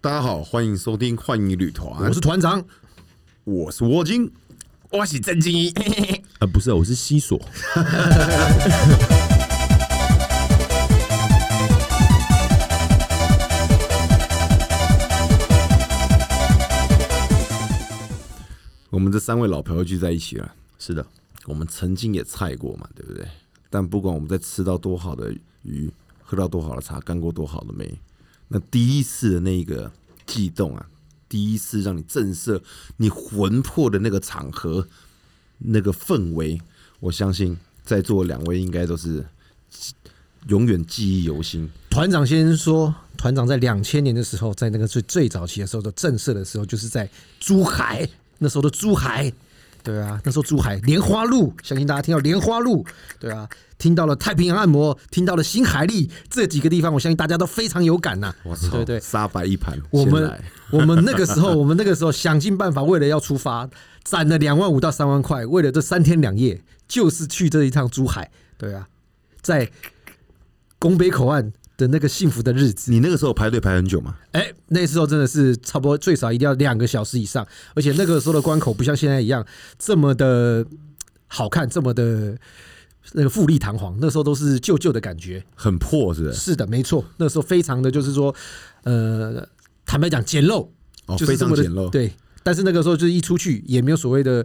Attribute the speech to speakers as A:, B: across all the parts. A: 大家好，欢迎收听幻影旅团
B: 我，是团长，
A: 我是沃金，
C: 我是郑经一，
B: 呃，不是，我是西索。
A: 我们这三位老朋友聚在一起了。
B: 是的，
A: 我们曾经也菜过嘛，对不对？但不管我们在吃到多好的鱼，喝到多好的茶，干过多好的梅，那第一次的那个悸动啊，第一次让你震慑你魂魄的那个场合，那个氛围，我相信在座两位应该都是永远记忆犹新。
B: 团长先说，团长在两千年的时候，在那个最最早期的时候的震慑的时候，就是在珠海，那时候的珠海，对啊，那时候珠海莲花路，相信大家听到莲花路，对啊，听到了太平洋按摩，听到了新海利这几个地方，我相信大家都非常有感呐、
A: 我操，
B: 对对，
A: 沙白一盘，
B: 我
A: 先
B: 们
A: 来
B: 我们那个时候，我们那个时候想尽办法，为了要出发，攒了两万五到三万块，为了这三天两夜，就是去这一趟珠海。对啊，在拱北口岸的那个幸福的日子，
A: 你那个时候排队排很久吗？
B: 哎、那时候真的是差不多最少一定要两个小时以上，而且那个时候的关口不像现在一样这么的好看，这么的那个富丽堂皇，那时候都是旧旧的感觉。
A: 很破是不是？
B: 是的，没错，那时候非常的就是说，呃，坦白讲简陋，
A: 哦，
B: 就
A: 非
B: 是这
A: 常
B: 么的
A: 简陋。，
B: 对，但是那个时候就是一出去也没有所谓的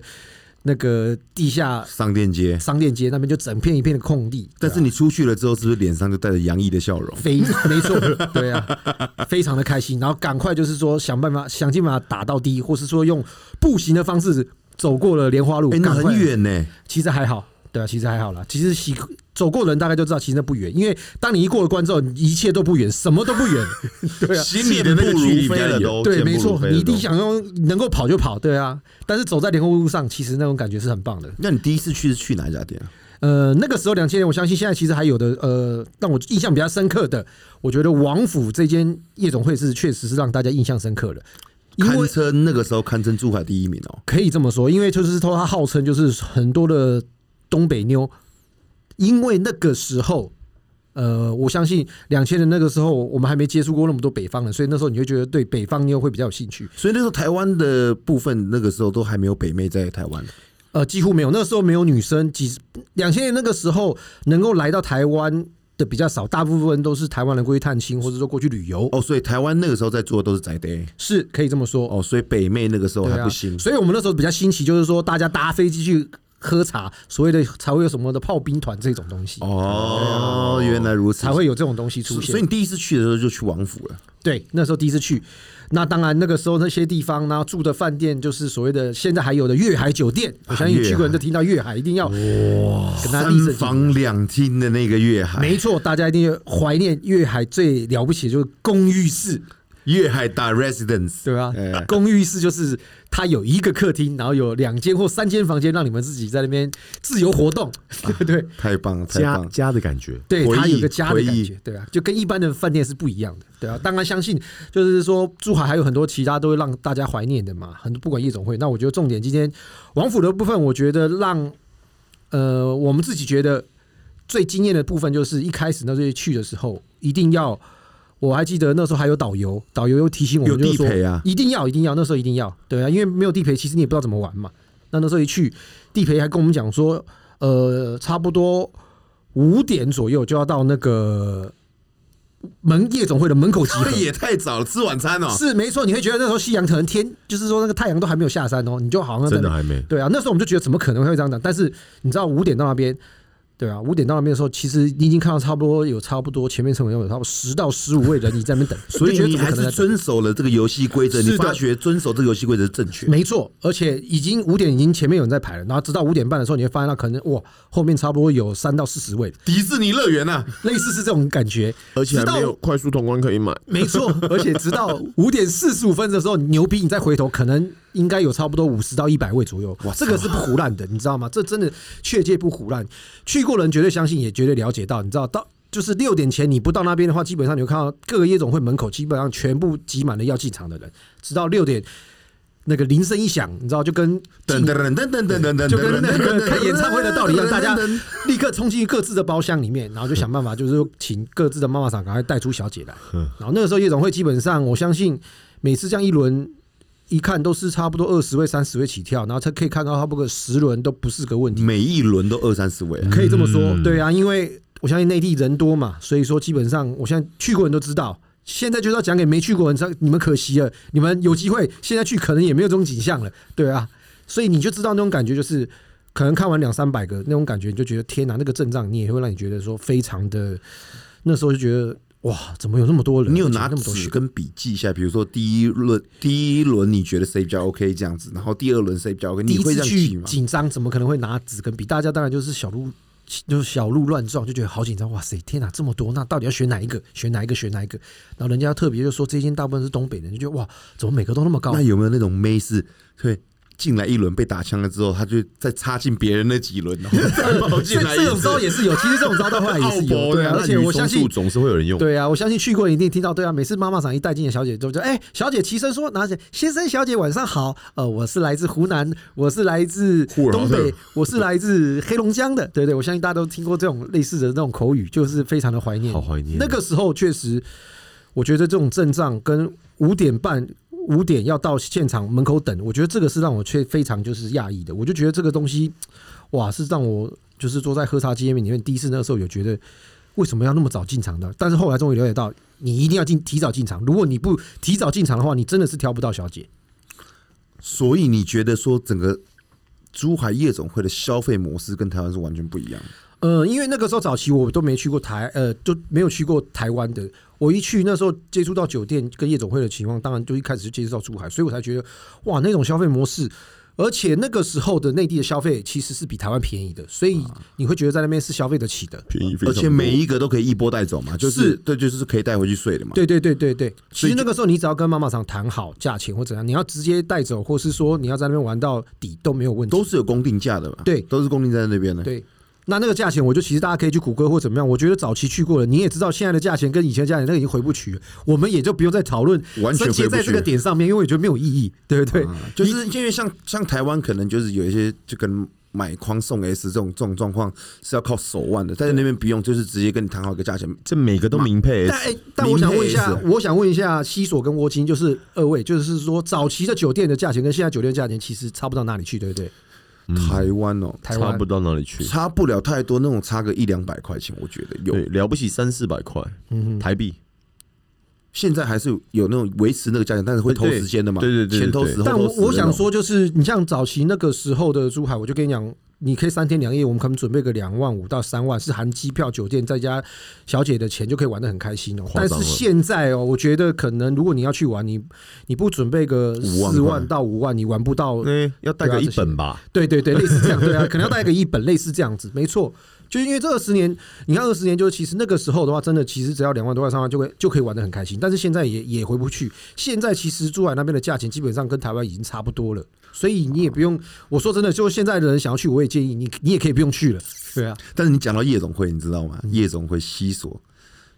B: 那个地下
A: 上店街。
B: 商店街那边就整片一片的空地，
A: 但是你出去了之后，是不是脸上就带着洋溢的笑容？
B: 非没错，对啊，非常的开心，然后赶快就是说想办法想尽办法打到第一，或是说用步行的方式走过了莲花路，
A: 哎、那
B: 赶快
A: 很，远呢、
B: 其实还好，对啊，其实还好啦，其实习走过的人大概就知道，其实那不远，因为当你一过了关之后，一切都不远，什么都不远， 对啊，
A: 心里的那个距离比较远
B: 对，没错，你一定。想用能够跑就跑，对啊。但是走在莲花路上，其实那种感觉是很棒的。
A: 那你第一次去是去哪一家店啊？
B: 呃，那个时候两千年，我相信现在其实还有的。呃，让我印象比较深刻的，我觉得王府这间夜总会是确实是让大家印象深刻的，因
A: 堪
B: 为
A: 称那个时候堪称珠海第一名哦、
B: 可以这么说，因为就是说他号称就是很多的东北妞，因为那个时候。呃，我相信两千年那个时候，我们还没接触过那么多北方人，所以那时候你会觉得对北方妞会比较有兴趣。
A: 所以那时候台湾的部分，那个时候都还没有北妹在台湾。
B: 呃，几乎没有。那时候没有女生，几两千年那个时候能够来到台湾的比较少，大部分都是台湾人过去探亲，或者说过去旅游，
A: 哦，所以台湾那个时候在做的都是宅 day
B: 是可以这么说。
A: 哦，所以北妹那个时候
B: 对
A: 还
B: 啊，
A: 不行。
B: 所以我们那时候比较新奇，就是说大家搭飞机去喝茶，所谓的才会有什么的炮兵团这种东西，
A: 哦，原来如此，
B: 才会有这种东西出现
A: 所以。你第一次去的时候就去王府了，
B: 对，那时候第一次去，那当然那个时候那些地方呢，住的饭店就是所谓的现在还有的粤海酒店，我相信去过人都听到粤海，一定要跟他
A: 三
B: 立正敬礼
A: 房两厅的那个粤海，
B: 没错，大家一定怀念粤海最了不起的就是公寓式，
A: 粤海大 residence，
B: 对吧
A: 哎？
B: 公寓式就是它有一个客厅，然后有两间或三间房间，让你们自己在那边自由活动， 对不对？
A: 太棒了，太
B: 家
A: 棒了！
C: 家的感觉。
B: 对，
A: 回忆
B: 它有个家的感
A: 回
B: 觉，对啊，就跟一般的饭店是不一样的，对啊。当然，相信就是说珠海还有很多其他都会让大家怀念的嘛，很多不管夜总会。那我觉得重点今天王府的部分，我觉得让呃我们自己觉得最惊艳的部分，就是一开始那时候去的时候，一定要我还记得那时候还有导游，导游又提醒我们
A: 有
B: 就是说
A: 地陪啊
B: 一定要一定要，那时候一定要，对啊，因为没有地陪，其实你也不知道怎么玩嘛。那那时候一去，地陪还跟我们讲说，呃，差不多五点左右就要到那个门夜总会的门口集合
A: 这。也太早了，吃晚餐哦、
B: 是没错，你会觉得那时候夕阳可能天，就是说那个太阳都还没有下山哦，你就好像在
C: 真的还没
B: 对啊，那时候我们就觉得怎么可能会这样讲？但是你知道五点到那边，对啊，五点到那边的时候，其实你已经看到差不多有差不多前面成本有差不多十到十五位人你在那边等，
A: 所
B: 你
A: 以
B: 就觉得
A: 你
B: 怎么
A: 还
B: 可能
A: 是
B: 在等
A: 遵守了这个游戏规则，
B: 是
A: 你
B: 的
A: 发觉遵守这个游戏规则是正确。
B: 没错，而且已经五点已经前面有人在排了，然后直到五点半的时候，你会发现到可能哇，后面差不多有三到四十位，
A: 迪士尼乐园啊，
B: 类似是这种感觉。
C: 而且还
B: 直到
C: 没有快速通关可以买。
B: 没错，而且直到五点四十五分的时候，牛逼，你再回头，可能应该有差不多五十到一百位左右。哇，这个是不胡乱的，你知道吗？这真的确切不胡乱，去过人绝对相信，也绝对了解到。你知道到就是六点前你不到那边的话，基本上你会看到各个夜总会门口基本上全部挤满了要进场的人，直到六点那个铃声一响，你知道就跟
A: 等等等等等等等等，
B: 就跟那个开演唱会的道理一样，大家
A: 噔
B: 立刻冲进各自的包厢里面，然后就想办法，就是说请各自的妈妈桑赶快带出小姐来。然后那个时候夜总会基本上，我相信每次这样一轮一看都是差不多二十位、三十位起跳，然后他可以看到差不多十轮都不是个问题，
A: 每一轮都二三十位啊，
B: 可以这么说，对啊，因为我相信内地人多嘛，所以说基本上我现在去过人都知道。现在就是要讲给没去过人知道，你们可惜了，你们有机会现在去可能也没有这种景象了，对啊，所以你就知道那种感觉就是。可能看完两三百个那种感觉，你就觉得天哪，那个阵仗你也会让你觉得说非常的，那时候就觉得哇，怎么有那么多人？
A: 你有
B: 而且
A: 拿
B: 那么多
A: 纸
B: 选
A: 跟笔记一下，比如说第一轮第一轮你觉得谁比较 OK 这样子，然后第二轮谁比较 OK，
B: 第
A: 你
B: 一
A: 会
B: 次
A: 这样记
B: 去
A: 吗？
B: 紧张，怎么可能会拿纸跟笔？大家当然就是小鹿，就是小鹿乱撞，就觉得好紧张。哇塞，天哪，这么多，那到底要选哪一个？选哪一个？选哪一个？然后人家特别就说，这间大部分是东北人，就觉得哇，怎么每个都那么高
A: 那？有没有那种妹是对进来一轮被打枪了之后，他就再插进别人那几轮， 然后再跑进
B: 所以
A: 来一
B: 这种招
A: 次？
B: 也是有，其实这种招到后来也是
C: 奥
B: 有，
C: 博
B: 对、
C: 那
B: 啊，而且我相
C: 鱼
B: 信
C: 松树。总是会有人用。
B: 对啊，我相信去过一定听到，对啊，每次妈妈桑一带进的小姐都说，哎、小姐齐声说，拿着先生小姐晚上好，呃，我是来自湖南，我是来自
C: 尔
B: 东
C: 浩特
B: 北，我是来自黑龙江的，对对，我相信大家都听过这种类似的那种口语，就是非常的怀念，
D: 好怀念
B: 那个时候确实，我觉得这种阵仗跟五点半、五点要到现场门口等，我觉得这个是让我却非常就是讶异的。我就觉得这个东西，哇，是让我就是坐在喝茶街面里面第一次那个时候有觉得。为什么要那么早进场的？但是后来终于了解到，你一定要进提早进场。如果你不提早进场的话，你真的是挑不到小姐。
A: 所以你觉得说整个珠海夜总会的消费模式跟台湾是完全不一样的？
B: 呃，因为那个时候早期我都没去过台，呃，就没有去过台湾的。我一去那时候接触到酒店跟夜总会的情况，当然就一开始就接触到珠海，所以我才觉得哇，那种消费模式，而且那个时候的内地的消费其实是比台湾便宜的，所以你会觉得在那边是消费得起的。
C: 便宜非
A: 而
C: 常多，
A: 且每一个都可以一波带走嘛，就是
B: 是
A: 对，就是可以带回去睡的嘛。
B: 对对对对对，其
A: 所以
B: 实
A: 就
B: 那个时候你只要跟妈妈厂谈好价钱或怎样，你要直接带走，或是说你要在那边玩到底都没有问题。
A: 都是有公定价的嘛，
B: 对
A: 都是公定价在那边的。
B: 对，那那个价钱，我就其实大家可以去谷歌或怎么样。我觉得早期去过了，你也知道现在的价钱跟以前的价钱那个已经回不去了，我们也就不用再讨论
A: 完全
B: 升
A: 回
B: 阶
A: 不
B: 在
A: 去
B: 这个点上面，因为我觉得没有意义，对不对？
A: 啊就是因为像像台湾可能就是有一些就跟买框送 S 这种这种状况是要靠手腕的，但是那边不用，就是直接跟你谈好一个价钱。
D: 这每个都名配
B: 但
D: S，
B: 哎、但我想问一下
A: 明，
B: 我想问一下，西索跟窝金，就是二位，就是说早期的酒店的价钱跟现在酒店的价钱其实差不到哪里去，对不对？
A: 台湾哦，
B: 台
D: 差
B: 湾
D: 不到哪里去。
A: 差不了太多，那种差个一两百块钱，我觉得有
D: 对，。了不起三四百块
B: 嗯
D: 台币，
A: 现在还是有那种维持那个价钱，但是会偷
D: 对
A: 时间的嘛，
D: 对对对
A: 前偷
D: 对
A: 时后
B: 但
A: 偷
B: 我
A: 时
B: 我
A: 那
B: 想
A: 种，
B: 说，就是你像早期那个时候的珠海，我就跟你讲，你可以三天两夜，我们可能准备个两万五到三万，是含机票、酒店再加小姐的钱，就可以玩的很开心哦、
D: 夸
B: 但
D: 张
B: 是
D: 了
B: 现在哦、我觉得可能如果你要去玩，你你不准备个
A: 五万
B: 四万
A: 块
B: 到五万，你玩不到。
D: 嗯，要带
B: 对
D: 个
B: 啊
D: 一
B: 这些
D: 本吧。
B: 对对对，类似这样，对啊，可能要带个一本，类似这样子，没错。就是因为这二十年，你看二十年，就是其实那个时候的话，真的其实只要两万多块、三万就会就可以玩的很开心。但是现在也也回不去，现在其实珠海那边的价钱基本上跟台湾已经差不多了，所以你也不用。我说真的，就是现在的人想要去，我也建议你，你也可以不用去了。对啊，
A: 但是你讲到夜总会，你知道吗？夜总会西索。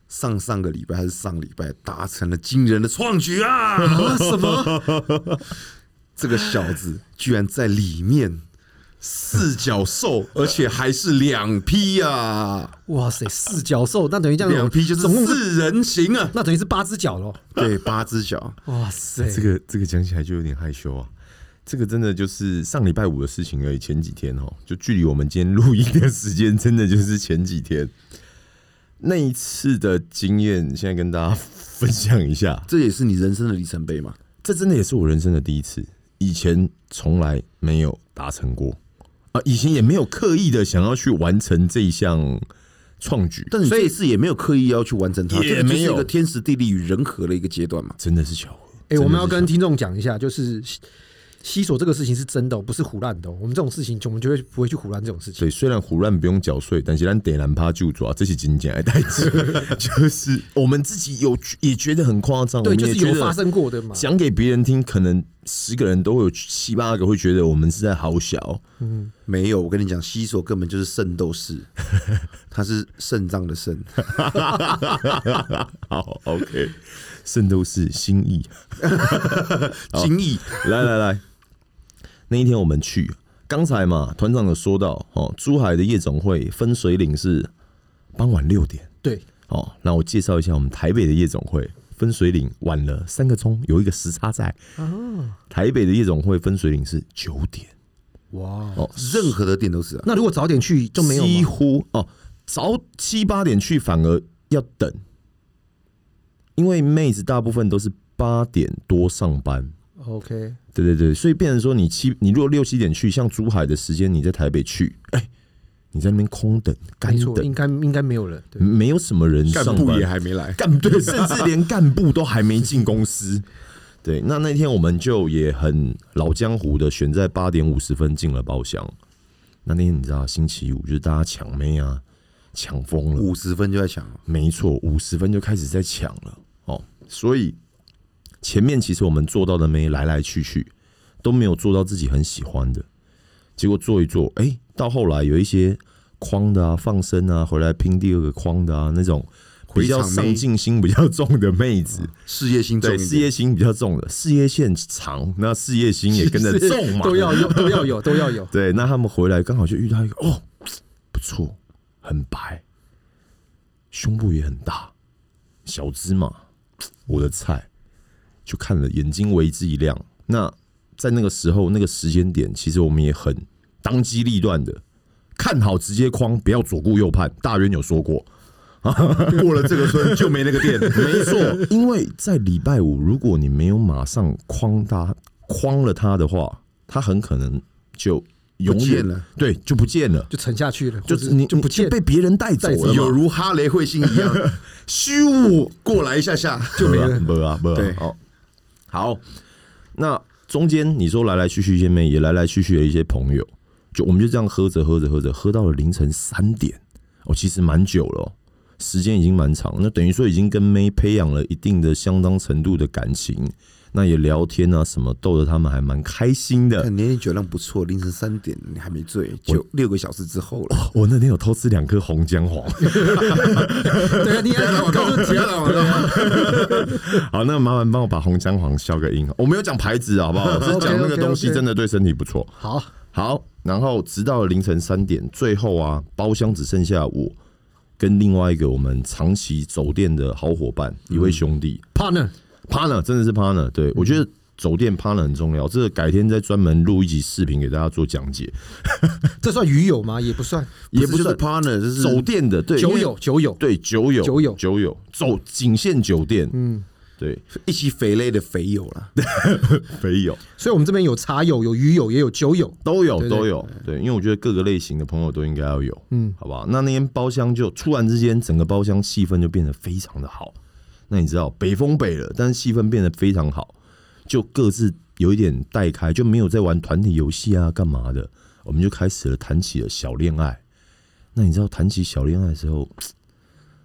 A: 上上个礼拜还是上礼拜达成了惊人的创举 啊！
B: 啊什么？
A: 这个小子居然在里面四脚兽，而且还是两匹 啊！
B: 哇塞，四脚兽，那等于这样
A: 两匹就是
B: 总共是
A: 四人行啊！
B: 那等于是八只脚哎喽。
A: 对，八只脚，
B: 哇塞，
D: 这个这个讲起来就有点害羞啊。这个真的就是上礼拜五的事情而已，前几天哦，就距离我们今天录音的时间，真的就是前几天那一次的经验，现在跟大家分享一下。
A: 这也是你人生的里程碑嘛？
D: 这真的也是我人生的第一次，以前从来没有达成过啊，以前也没有刻意的想要去完成这一项创举，
A: 但是这一次也没有刻意要去完成它，
D: 也
A: 这个就是
D: 没有
A: 一个天时地利与人和的一个阶段嘛。
D: 真的是巧合。
B: 哎、我们要
D: 真的是巧合
B: 跟听众讲一下，就是西西索这个事情是真的哦、不是胡乱的哦、我们这种事情，我们绝对不会去胡乱这种事情。
D: 对，虽然胡乱不用缴税，但是咱得难趴就抓，这是金钱来代志， 就是我们自己有也觉得很夸张，
B: 对，
D: 我
B: 就
D: 们也
B: 是
D: 觉
B: 有发
D: 得
B: 生过的嘛。
D: 讲给别人听，可能十个人都会有七八个会觉得我们是在好小，
A: 没有，我跟你讲，西索根本就是圣斗士，他是肾脏的肾，
D: 好，OK，圣斗士心意，
A: 精益。
D: 来来来，那一天我们去，刚才嘛，团长有说到哦，珠海的夜总会分水岭是傍晚六点
B: 对，
D: 哦。那我介绍一下我们台北的夜总会分水岭晚了三个钟，有一个时差在。
B: 哦
D: 台北的夜总会分水岭是九点，
B: 哇，
A: 任何的店都是啊。
B: 那如果早点去就没有
D: 几
B: 吗？
D: 乎哦，早七八点去反而要等，因为妹子大部分都是八点多上班。
B: OK，
D: 对对对，所以变成说你七，你如果六七点去，像珠海的时间，你在台北去，哎、你在那边空等、干
B: 没错，应
D: 等，
B: 该应该没有人。对，
D: 没有什么人
C: 干
D: 上
C: 部
D: 班
C: 也，还没来，
D: 干对， 甚至连干部都还没进公司。对，那那天我们就也很老江湖的，选在八点五十分进了包厢。那那天你知道，星期五就是大家抢妹啊，抢疯了，
A: 五十分就在抢，
D: 没错，五十分就开始在抢了哦。所以前面其实我们做到的妹来来去去都没有做到自己很喜欢的，结果做一做，哎、到后来有一些框的啊、放生啊，回来拼第二个框的啊那种。比较
A: 回场妹
D: 上进心比较重的妹子，
A: 事业心重
D: 对
A: 一点
D: 事业心比较重的，事业线长，那事业 心也跟着重嘛。
B: 都要有，都要有，都要有。
D: 对，那他们回来刚好就遇到一个哦，不错，很白，胸部也很大，小芝麻，我的菜，就看了眼睛为之一亮。那在那个时候那个时间点，其实我们也很当机立断的。看好直接框，不要左顾右盼。大渊有说过，
C: 过了这个村就没那个 店。
D: 没错，因为在礼拜五，如果你没有马上框他框了他的话，他很可能就永
A: 不
D: 远
A: 见了，
D: 对，就不见了，
B: 就沉下去了，
D: 就
B: 或者
D: 你
B: 就不见
D: 你被别人带走了嘛，
A: 有如哈雷彗星一样咻过来一下下，
D: 就没了，没啊，没
A: 对
D: 啊，哦，好，那中间你说来来去去，见面也来来去去的一些朋友，就我们就这样喝着喝着喝着，喝到了凌晨三点，哦，其实蛮久了哦、时间已经蛮长，那等于说已经跟妹培养了一定的相当程度的感情，那也聊天啊什么，逗得他们还蛮开心的。
A: 看年龄酒量不错，凌晨三点你还没醉，九六个小时之后了。
D: 哦我那天有偷吃两颗红姜黄，
B: 对啊，你啊要
A: 打广告，不要打广告。
D: 好，那麻烦帮我把红姜黄消个音。我没有讲牌子，啊好不好？我是讲那个
B: OK，OK，OK
D: 东西真的对身体不错。
B: 好，
D: 好，然后直到凌晨三点，最后啊，包厢只剩下我跟另外一个我们长期走店的好伙伴，
A: 嗯
D: 一位兄弟、
B: partner，
D: partner，真的是 partner 对。我觉得走店 partner 很重要，这个改天再专门录一集视频给大家做讲解，
B: 这算鱼友吗？也不算，
D: 也
A: 不
D: 不
A: 是就是是 partner，就是
D: 走店的对
B: 酒
D: 因为
B: 友，酒友，
D: 对酒友
B: 酒友
D: 酒友走仅限酒店，嗯，对，
A: 一起肥类的肥友啦。
D: 没有。
B: 所以我们这边有茶友，有鱼友，也有酒友。
D: 都有
B: 对对
D: 都有，对，因为我觉得各个类型的朋友都应该要有，嗯，好不好？那那天包厢就突然之间，整个包厢气氛就变得非常的好。那你知道北风北了，但是气氛变得非常好，就各自有一点带开，就没有在玩团体游戏啊，干嘛的？我们就开始了谈起了小恋爱。那你知道谈起小恋爱的时候，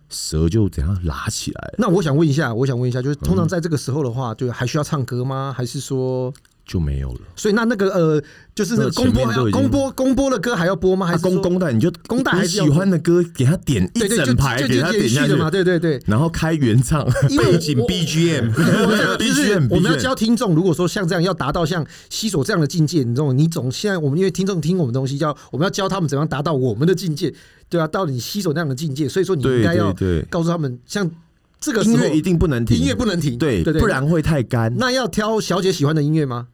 D: 蛇就怎样拉起来了
B: 那我想问一下，我想问一下，就是通
D: 嗯
B: 常在这个时候的话，就还需要唱歌吗？还是说，
D: 就没有了。
B: 所以那那个呃，就是那个
D: 那
B: 公
D: 前面
B: 播还要
D: 都已经
B: 公播公播的歌还要播吗？还
D: 啊，
B: 是说
D: 公公带你就
B: 公带还
D: 你
B: 是
D: 喜
B: 要
D: 欢的歌，给他点一
B: 对对就
D: 整排，
B: 就
D: 给他
B: 就
D: 点
B: 延
D: 下
B: 续
D: 去
B: 的嘛？对对对。
D: 然后开原唱，
B: 因为我
D: 背景 BGM，
B: 我
D: 啊
B: 想呃就是
D: BGM
B: 我们要教听众，如果说像这样要达到像西索这样的境界，你这种你总现在我们因为听众听我们东西，要我们要教他们怎样达到我们的境界，对啊，到你西索那样的境界，所以说你应
D: 对
B: 该要
D: 对对
B: 告诉他们，像这个时
D: 音
B: 候
D: 乐一定不能停，
B: 音乐不能停，
D: 对，
B: 对对，
D: 不然会太干。哎
B: 那要挑小姐喜欢的音乐吗？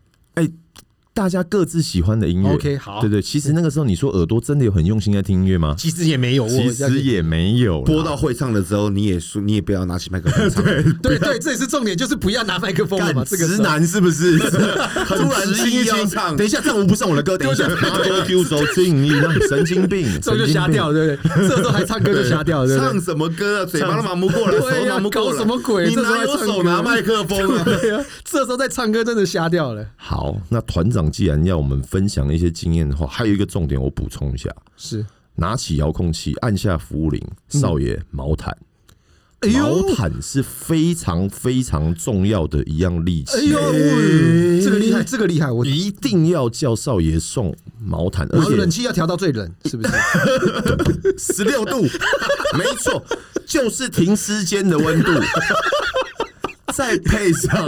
D: 大家各自喜欢的音乐
B: OK，好
D: 对对。其实那个时候你说耳朵真的有很用心在听音乐吗？
B: 其实也没有，我
D: 其实也没有啦，
A: 播到会唱的时候，你也说你也不要拿起麦克风唱，
B: 对对，这也是重点，就是不要拿麦克风了嘛，
D: 干
B: 这个
D: 直
B: 时候
D: 男是 不是？很啊
A: 突然
D: 直
A: 硬
D: 一
A: 要
D: 听
A: 唱
D: 等一下， 这我不上我的歌，等一 下，然后就 Q 手敬你，那神经病，
B: 这时候就瞎掉
D: 了。
B: 了，对不对？这时候还唱歌就瞎掉了，对不
A: 唱
B: 对？
A: 什么歌啊？嘴巴都忙不过来，
B: 对
A: 手
B: 呀
A: 拿不过
B: 搞
A: 来，
B: 什么鬼
A: 你
B: 这时候
A: 哪
B: 还
A: 有
B: 唱
A: 手
B: 歌
A: 拿麦克风啊？
B: 对啊，这时候在唱歌真的瞎掉了，
D: 好，那团长既然要我们分享一些经验的话，还有一个重点我补充一下，
B: 是。
D: 拿起遥控器，按下服务铃，
B: 嗯
D: 少爷毛毯。
B: 哎呦
D: 毛毯是非常非常重要的一样利器，
B: 哎呦，喂这个厉害，这个厉害，我
D: 一定要叫少爷送毛毯，而
B: 然后冷
D: 且
B: 气要调到最冷，是不是？
D: 十六 度，没错， 就是停尸间的温度，再配上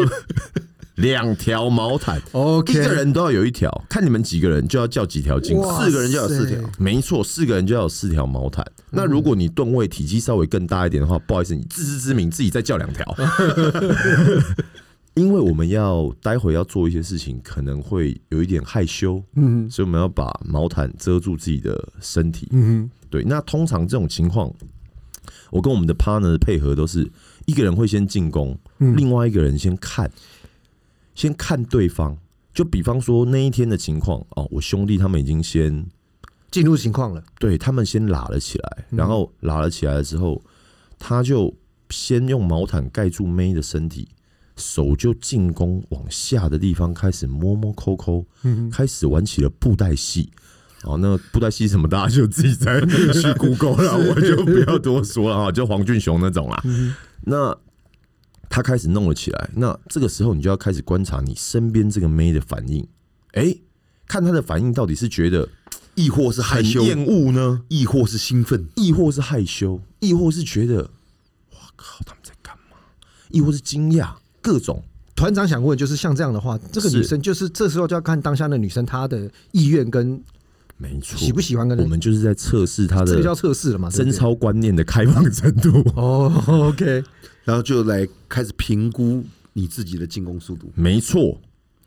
D: 两条毛毯
B: OK
D: 一个人都要有一条，看你们几个人就要叫几条进
B: 哇
D: 来。
A: 四个人就有四条
B: 塞，嗯
D: 没错，四个人就要有四条毛毯。那如果你吨位体积稍微更大一点的话，不好意思，你自知之明，自己再叫两条。 因为我们要待会要做一些事情，可能会有一点害羞，嗯，所以我们要把毛毯遮住自己的身体， 嗯，对。那通常这种情况，我跟我们的 partner 的配合都是一个人会先进攻，另外一个人先看，先看对方。就比方说那一天的情况哦，我兄弟他们已经先
B: 进入情况了，
D: 对他们先拉了起来，然后拉了起来之后，他就先用毛毯盖住妹的身体，手就进攻往下的地方开始摸摸抠抠，开始玩起了布袋戏。哦，那布袋戏什么，大家就自己再去 Google 了，我就不要多说了哈，就黄俊雄那种啦。那他开始弄了起来，那这个时候你就要开始观察你身边这个妹的反应，哎、看她的反应到底是觉得
A: 亦或是害
D: 很
A: 羞，
D: 厌恶呢，
A: 亦或是兴奋，
D: 抑或是害羞，抑或是觉得哇靠他们在干嘛，抑或是惊讶，各种
B: 团长想问，就是像这样的话，这个
D: 是
B: 女生就是这时候就要看当下的女生她的意愿跟
D: 没错，
B: 喜不喜欢跟
D: 我
B: 人，
D: 们就是在测试他
B: 这个叫
D: 的
B: 测试了嘛，对不
D: 贞
B: 对。
D: 操观念的开放程度。
B: 哦，OK，
A: 然后就来开始评估你自己的进攻速度。
D: 没错，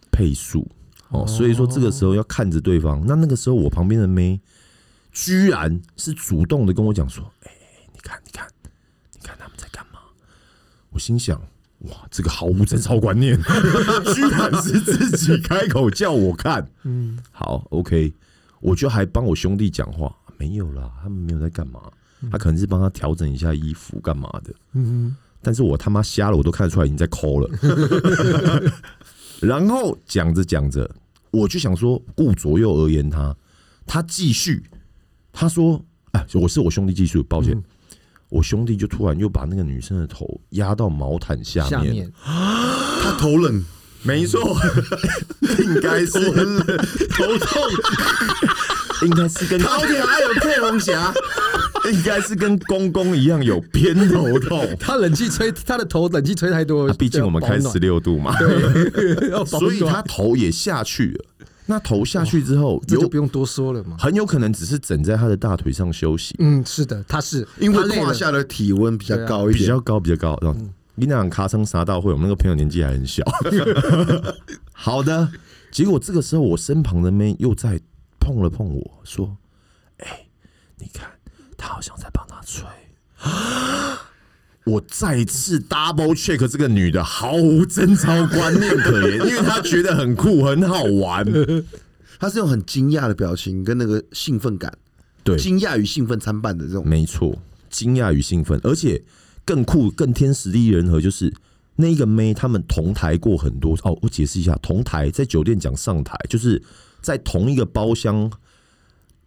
D: 配速哦，所以说这个时候要看着对方。那那个时候我旁边的妹居然是主动的跟我讲说：“哎、你看，你看，你看他们在干嘛？”我心想。哇，这个毫无贞操观念，居然是自己开口叫我看。嗯，好，OK，我就还帮我兄弟讲话，没有啦，他们没有在干嘛，他可能是帮他调整一下衣服干嘛的。嗯，但是我他妈瞎了，我都看得出来已经在抠了。 然后讲着讲着，我就想说，顾左右而言他，他继续，他说：“哎，我是我兄弟技术，抱歉。我兄弟就突然又把那个女生的头压到毛毯下面，
B: 下面，
A: 他头 冷，
D: 没错，应该是
A: 头痛，
D: 应该是跟
A: 而且还有佩龙侠，
D: 应该是跟公公一样有偏头痛
B: 他冷气吹，他的头冷气吹太多
D: 啊，毕竟我们开十
B: 始，
D: 六度嘛，
B: 要保暖
D: 所以他头也下去了。那头下去之后，
B: 这就
D: 有
B: 不用多说了嘛。
D: 很有可能只是枕在他的大腿上休息，
B: 嗯，是的，他是
A: 因
B: 他
A: 为
B: 累了
A: 胯下的体温比较高一
D: 比
A: 点，嗯
D: 较高，比较高。然后你那样卡声杀到会，我们那个朋友年纪还 很小。好的，结果这个时候我身旁的妹又在碰了碰我说：“哎、你看，他好像在帮他吹。” 我再次 double check 这个女的毫无贞操观念可言，因为她觉得很酷很好 玩。
A: 他是用很惊讶的表情跟那个兴奋感，
D: 对，
A: 惊讶与兴奋参半的这种。
D: 没错，惊讶与兴奋，而且更酷、更天时地利人和，就是那个妹他们同台过很多哦。我解释一下，同台在酒店讲上台，就是在同一个包厢。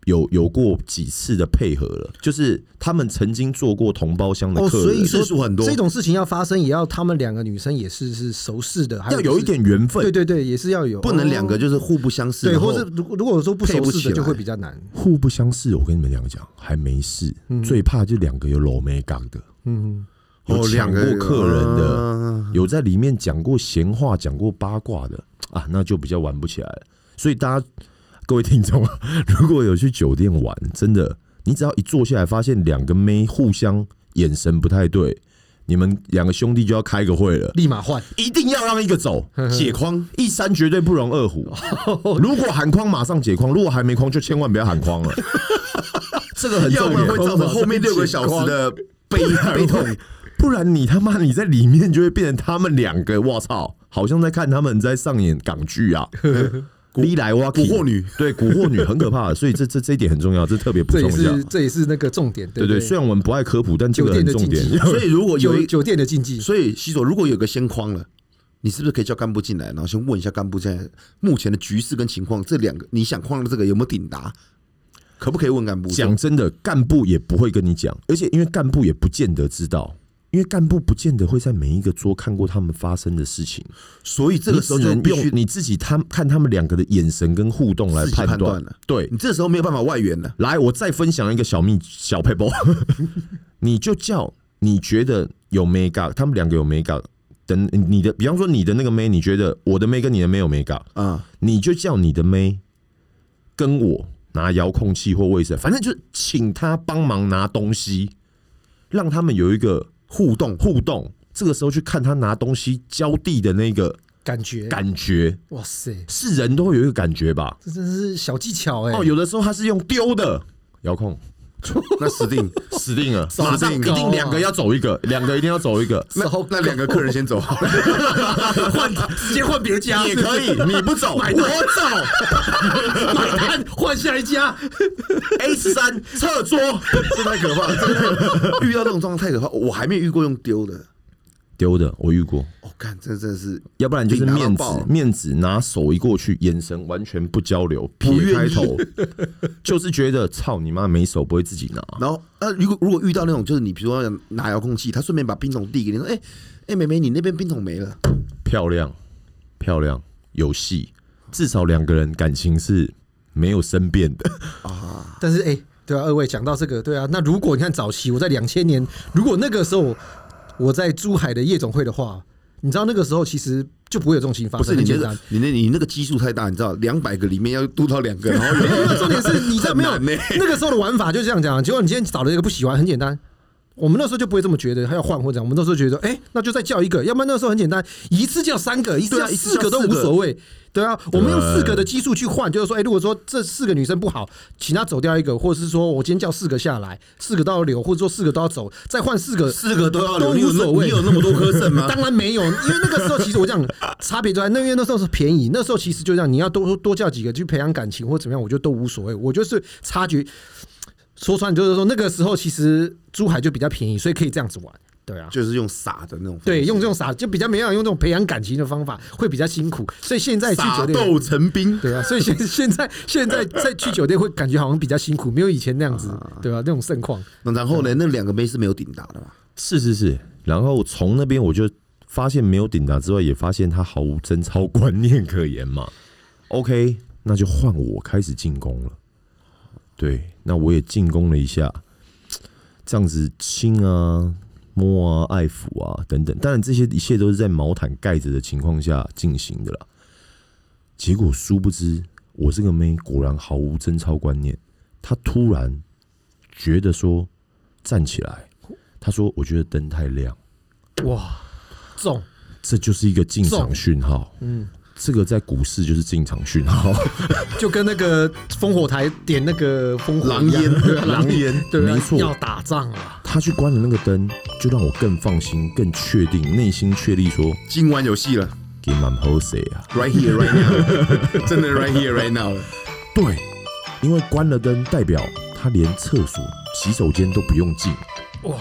D: 有有过几次的配合了，就是他们曾经做过同包厢的
A: 哦，
D: 客
A: 所
D: 人，
A: 以次数很多
B: 这，种事情要发生，也要他们两个女生也是是熟识的，还
D: 要有
B: 就
D: 一
B: 是
D: 点缘分，
B: 对对对，也是要有，
A: 不能两
B: 哦
A: 个就是互不相识，
B: 对，
A: 然后
B: 或是如果如果说不熟
A: 配不
B: 识
A: 起
B: 的
A: 来
B: 就会比较难。
D: 互不相识。我跟你们两个讲，还没事，
A: 嗯
D: 最怕就两个有搂没港的，
B: 嗯，
D: 有
A: 哦
D: 抢
A: 两
D: 过
A: 个
D: 客人的，
A: 啊
D: 有在里面讲过闲话、讲过八卦的啊，那就比较玩不起来了。所以大家各位听众啊， 如果有去酒店玩，真的，你只要一坐下来，发现两个妹互相眼神不太对，你们两个兄弟就要开个会了，
B: 立马换，
D: 一定要让一个走，
A: 解框，
D: 一山绝对不容 二虎。如果喊框，马上解框；如果还没框，就千万不要喊 框了。这个很
A: 要
D: 重
A: 不然会
D: 要，
A: 造成后面六个小时的悲悲痛。
D: 不然你他妈你在里面就会变成他们两个，我操，好像在看他们在上演港剧 啊。你来我去
A: 蛊惑女，
D: 对蛊惑女很可怕的，所以这这这一点很重要，这特别补
B: 这
D: 充
B: 也
D: 一下。
B: 是这也是那个重点，
D: 对
B: 对
D: 对，虽然我们不爱科普，但这个很重
B: 酒店
D: 点
B: 的禁。忌
A: 所以如果有
B: 酒
A: 一，
B: 酒店的禁忌，
A: 所以西索如果有个先框了。你是不是可以叫干部进来，然后先问一下干部现在目前的局势跟情况？这两个你想框的这个有没有顶达？可不可以问干部？
D: 讲真的，干部也不会跟你讲，而且因为干部也不见得知道，因为干部不见得会在每一个桌看过他们发生的事情。
A: 所以这个时候
D: 你
A: 你就
D: 只能
A: 必
D: 用
A: 须
D: 你自己他看他们两个的眼神跟互动来
A: 自己
D: 判
A: 判
D: 断
A: 断了。
D: 对
A: 你，这时候没有办法外援了。
D: 来，我再分享一个小秘小 配包，你就叫你觉得有 mega，他们两个有 mega 等你的，比方说你的那个妹，你觉得我的妹跟你的妹有没搞，
A: 啊，
D: 你就叫你的妹跟我拿遥控器或卫生，反正就是请她帮忙拿东西，让他们有一个互动互动。这个时候去看她拿东西交地的那个
B: 感觉，
D: 感觉，
B: 哇塞，
D: 是人都会有一个感觉吧？
B: 这真是小技巧哎、
D: 哦，有的时候他是用丢的遥控，
A: 那死 定。
D: 死定了，
B: 走
D: 马上
B: 定
D: 一
B: 了
D: 定两个要走一个，两个一定要走一个。
A: 那那两个客人先走好了，
B: 换 直接换别家
D: 也可以，你不 走，
B: 买
D: 我
B: 单
D: 走。
B: 买单换下一家，
D: A 十三侧桌
A: 这太可怕了！真 的遇到这种状况太可怕，我还没遇过用丢的。
D: 丢的，我遇过。
A: 我看这真的是
D: 要不然就是
A: 被拿到
D: 面子
A: 爆，
D: 面子拿手一过去，眼神完全不交流，
A: 不
D: 撇
A: 愿
D: 开
A: 意
D: 头，就是觉得操你妈没手不会自己拿。
A: 然后，呃，如果如果遇到那种，就是你比如说拿遥控器，他顺便把冰桶递给你，说：“哎、哎、妹妹，你那边冰桶没了。
D: 漂亮，漂亮，有戏，至少两个人感情是没有生变的。
B: 但是哎、对啊，二位讲到这个，对啊，那如果你看早期我在两千年，如果那个时候我在珠海的夜总会的话，你知道那个时候其实就不会有这种情”况
A: 不
B: 发
A: 是
B: 生，
A: 你
B: 很
A: 那
B: 简单
A: 个。，你那你那个基数太大，你知道，两百个里面要多到两个，然后
B: 没
A: 有
B: 有，没有重点是你知道没 有
A: 很难呢欸
B: 那个时候的玩法就这样讲，啊结果你今天找了一个不喜欢，很简单。我们那时候就不会这么觉得，还要换或者我们那时候觉得，哎、那就再叫一个，要不然那时候很简单，一次叫三个，一次
A: 对
B: 叫
A: 啊一次
B: 四
A: 叫
B: 个都
A: 四
B: 无
A: 个
B: 所谓，对啊，我们用四个的基数去换，就是说，哎、如果说这四个女生不好，请她走掉一个，或者是说我今天叫四个下来，四个都要留，或者说四个都要走，再换四个，
A: 四个都要留，
B: 都
A: 你
B: 无
A: 有那
B: 所谓
A: 你有那么多颗肾吗？
B: 当然没有，因为那个时候其实我讲差别就在那，因为那时候是便宜，那时候其实就这样，你要多多叫几个去培养感情或怎么样，我觉得都无所谓。我就是差距，说穿了就是说那个时候其实珠海就比较便宜，所以可以这样子玩，对啊。
A: 就是用傻的那种方式，
B: 对，用这种傻就比较没办法用这种培养感情的方法，会比较辛苦，所以现在去酒
A: 傻
B: 店，
A: 豆成兵。
B: 对啊，所以现现在现在在去酒店会感觉好像比较辛苦，没有以前那样子，对吧、啊那种盛况，
A: 那然后呢，那两个妹是没有顶打的嘛？
D: 是是是，然后从那边我就发现没有顶达之外，也发现他毫无贞操观念可言嘛。OK，那就换我开始进攻了。对，那我也进攻了一下，这样子亲啊、摸啊、爱抚啊等等，当然这些一切都是在毛毯盖着的情况下进行的啦。结果殊不知，我这个妹果然毫无贞操观念，她突然觉得说站起来，他说：“我觉得灯太亮，
B: 哇，重
D: 这就是一个进场讯号。”嗯，这个在股市就是进场讯号，
B: 就跟那个烽火台点那个烽火
A: 狼
B: 一样
A: 烟
B: 对啊
D: 狼烟，
B: 对啊，
D: 没错。
B: 要打仗啊！
D: 他去关了那个灯，就让我更放心、更确定，内心确立说
A: 今晚有戏了
D: g a m e I'm Jose 啊，
A: ，right here right now，真的 right here right now 了。
D: 对，因为关了灯，代表他连厕所、洗手间都不用进。
B: 哇，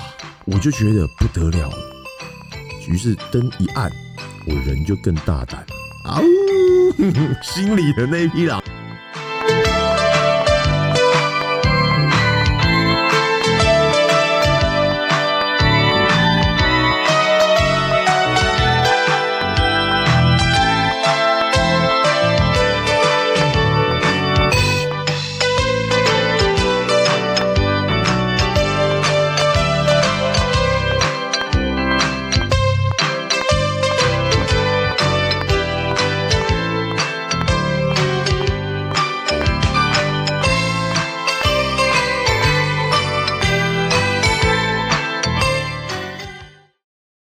D: 我就觉得不得了了。于是灯一暗，我人就更大胆，啊呜，心里的那一匹狼